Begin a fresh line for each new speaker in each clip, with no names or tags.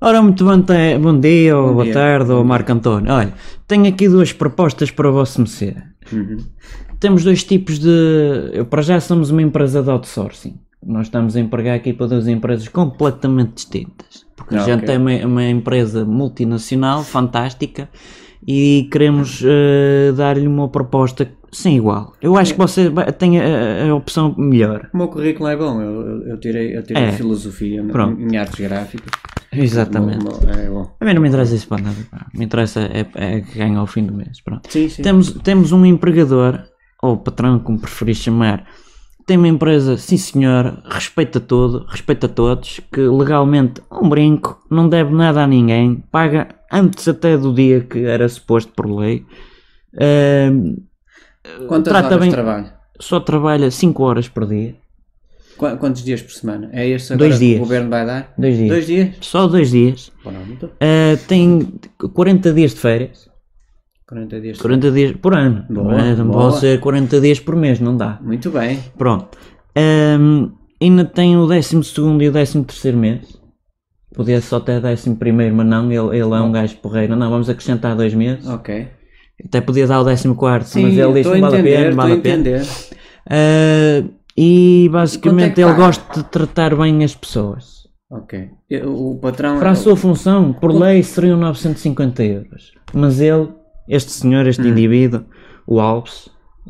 Ora, muito bom, te- bom dia, ou
Bom
boa
dia.
tarde, ou Marco António. Olha, tenho aqui duas propostas para o vosso MC.
Uhum.
Temos dois tipos de. eu, Para já somos uma empresa de outsourcing. Nós estamos a empregar aqui para duas empresas completamente distintas. Porque
Ah,
a gente
ok.
é uma, uma empresa multinacional, fantástica, e queremos eh, dar-lhe uma proposta sem igual. Eu acho que você vai- tem a- a- a opção melhor.
O meu currículo é bom, eu, eu- eu tirei, eu tirei
É.
filosofia
Pronto.
em, em artes gráficas.
Exatamente.
O meu- É bom.
A mim não me interessa isso para nada. pá. Me interessa é, é ganhar ao fim do mês. Pronto.
Sim, sim.
Temos, temos um empregador, ou patrão, como preferir chamar, tem uma empresa, sim senhor, respeita tudo, respeita todos, que legalmente é um brinco, não deve nada a ninguém, paga antes até do dia que era suposto por lei. Ahm,
Quantas
trata
horas
bem-
de trabalho?
só trabalha 5 horas por dia,
Qua- Quantos dias por semana? É este agora
Dois
que
dias.
o governo vai dar?
dois dias.
Dois dias?
Só dois dias.
Pronto.
Ah, tem 40 dias de férias.
40 dias.
40 dias por ano.
Boa,
não é? não
boa.
pode ser 40 dias por mês, não dá.
Muito bem.
Pronto. Ahm, ainda tem o 12 e o 13 mês. Podia só ter 11, mas não, ele, ele é um gajo porreiro. Não, vamos acrescentar dois meses.
Ok.
Até podia dar o 14,
Sim,
mas Ah, ele
eu
disse
estou a
não vale a
entender,
pena, não
estou
vale
a
a pena.
entender.
Ah, e basicamente
Quanto é que
ele
paga?
gosta de tratar bem as pessoas.
Ok. Eu- O patrão.
Para a sua função, por lei, seriam 950 euros. Mas ele, este senhor,
Hum.
este indivíduo, o Alves,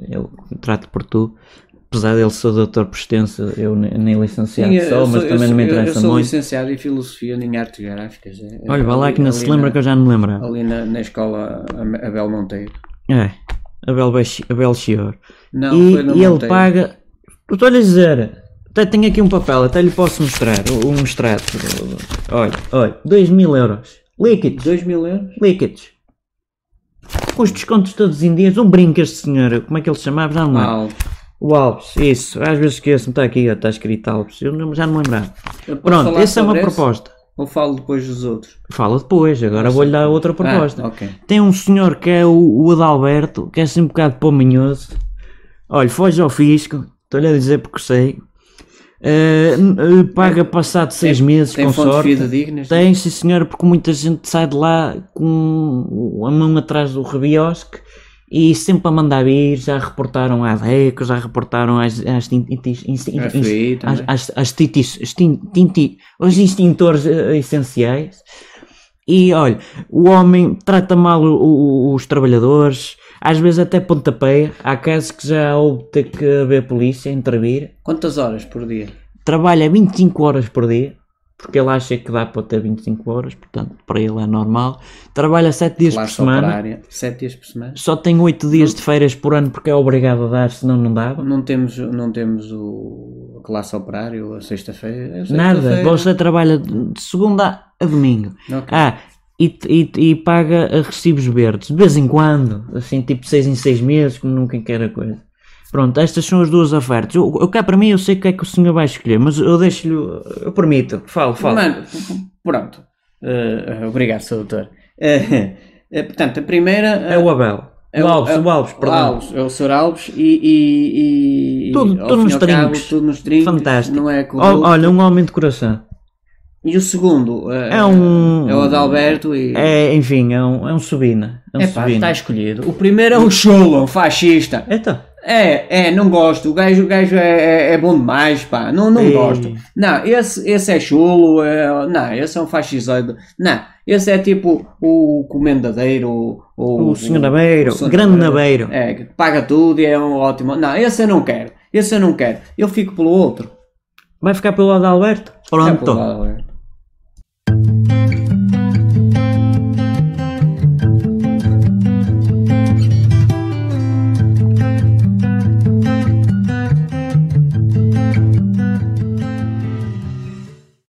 ele trato por tu, apesar dele ser doutor por extenso, eu ne- nem licenciado
Sim, eu
só, mas
sou- eu
também não
sou-
me
eu-
interessa
Eu sou
muito.
licenciado em filosofia em artes gráficas. é- é
Olha, vá lá
ali-
que não se
ali
lembra
na-
que eu já não me lembro.
Ali na, na escola Am- Abel Monteiro.
É, Abel, Bexi- Abel Chior.
Não,
E,
foi no
e ele
Monteiro.
paga. Eu estou-lhe a dizer, até tenho aqui um papel, até lhe posso mostrar, o um extrato. Olha, olha, 2 mil euros, líquidos.
2 mil euros?
Líquidos. Com os descontos todos em dias, um brinco este senhor, como é que ele se chamava? Já não lembro.
Mal.
O Alves, isso, às vezes esqueço-me, está aqui, ó, está escrito Alves, eu não- já não lembrava.
Eu posso
Pronto,
falar
essa é uma
sobre esse?
proposta.
Ou falo depois dos outros?
Fala depois, agora vou-lhe dar outra proposta.
Ah, ok.
Tem um senhor que é o, o Adalberto, que é assim um bocado pominhoso. Olha, foge ao fisco, estou-lhe a dizer porque sei. Eh, n- eh, paga passado seis meses
Tem
com
fontes
sorte.
fidedignas?
Tem, sim senhora, porque muita gente sai de lá com a mão atrás do rebiosque e sempre a mandar vir, já reportaram à DECO, já reportaram às, às, tin- intis- ins- ins-
FBI
às,
também.
às, às titis- extin- tinti- aos extintores eh, essenciais. E olha, o homem trata mal o- o- os trabalhadores, às vezes até pontapeia. Há casos que já houve ter que haver polícia a intervir
Quantas horas por dia?
trabalha 25 horas por dia, porque ele acha que dá para ter 25 horas, portanto, para ele é normal. Trabalha 7 dias por
Classe
semana,
operária? 7 dias por semana?
só tem 8 dias de férias por ano porque é obrigado a dar, senão não dava.
Não temos, não temos o a classe operária ou a sexta-feira? É
Nada,
sexta-feira.
você trabalha de segunda a domingo.
Ok.
Ah, e, e, e paga a recibos verdes, de vez em quando, assim, tipo 6 em 6 meses, como nunca quer a coisa. Pronto, estas são as duas ofertas. Eu, eu cá para mim, eu sei o que é que o senhor vai escolher, mas eu deixo-lhe. Eu permito, falo, falo.
Mano, p- p- pronto. Eh, eh, obrigado, Sr. Doutor. Eh, eh, portanto, a primeira.
É o Abel. o Alves,
é
o Alves, perdão.
Alves, é o Sr. Alves e. e, e
Tudo-
ao
tudo
fim
nos
e ao cabo,
trinques.
Tudo nos trinques.
Fantástico.
Não é corrupto.
Ó- olha, um homem de coração.
E o segundo eh,
É um-
É o Adalberto e.
É, enfim, é um, é um subina. É um
Epá,
subina.
está escolhido. O primeiro é um cholo, um fascista.
Então,
É, é, não gosto. O gajo, o gajo é, é- é bom demais, pá. Não, não
Ei.
gosto. Não, esse, esse é chulo. É, não, esse é um fascisoide. Não, esse é tipo o comendadeiro. O,
o, senhor Nabeiro,
o senhor
grande Nabeiro.
É, que paga tudo e é um ótimo. Não, esse eu não quero. Esse eu não quero. Eu fico pelo outro.
Vai ficar pelo lado de Alberto?
É
Pronto.
pelo Adalberto.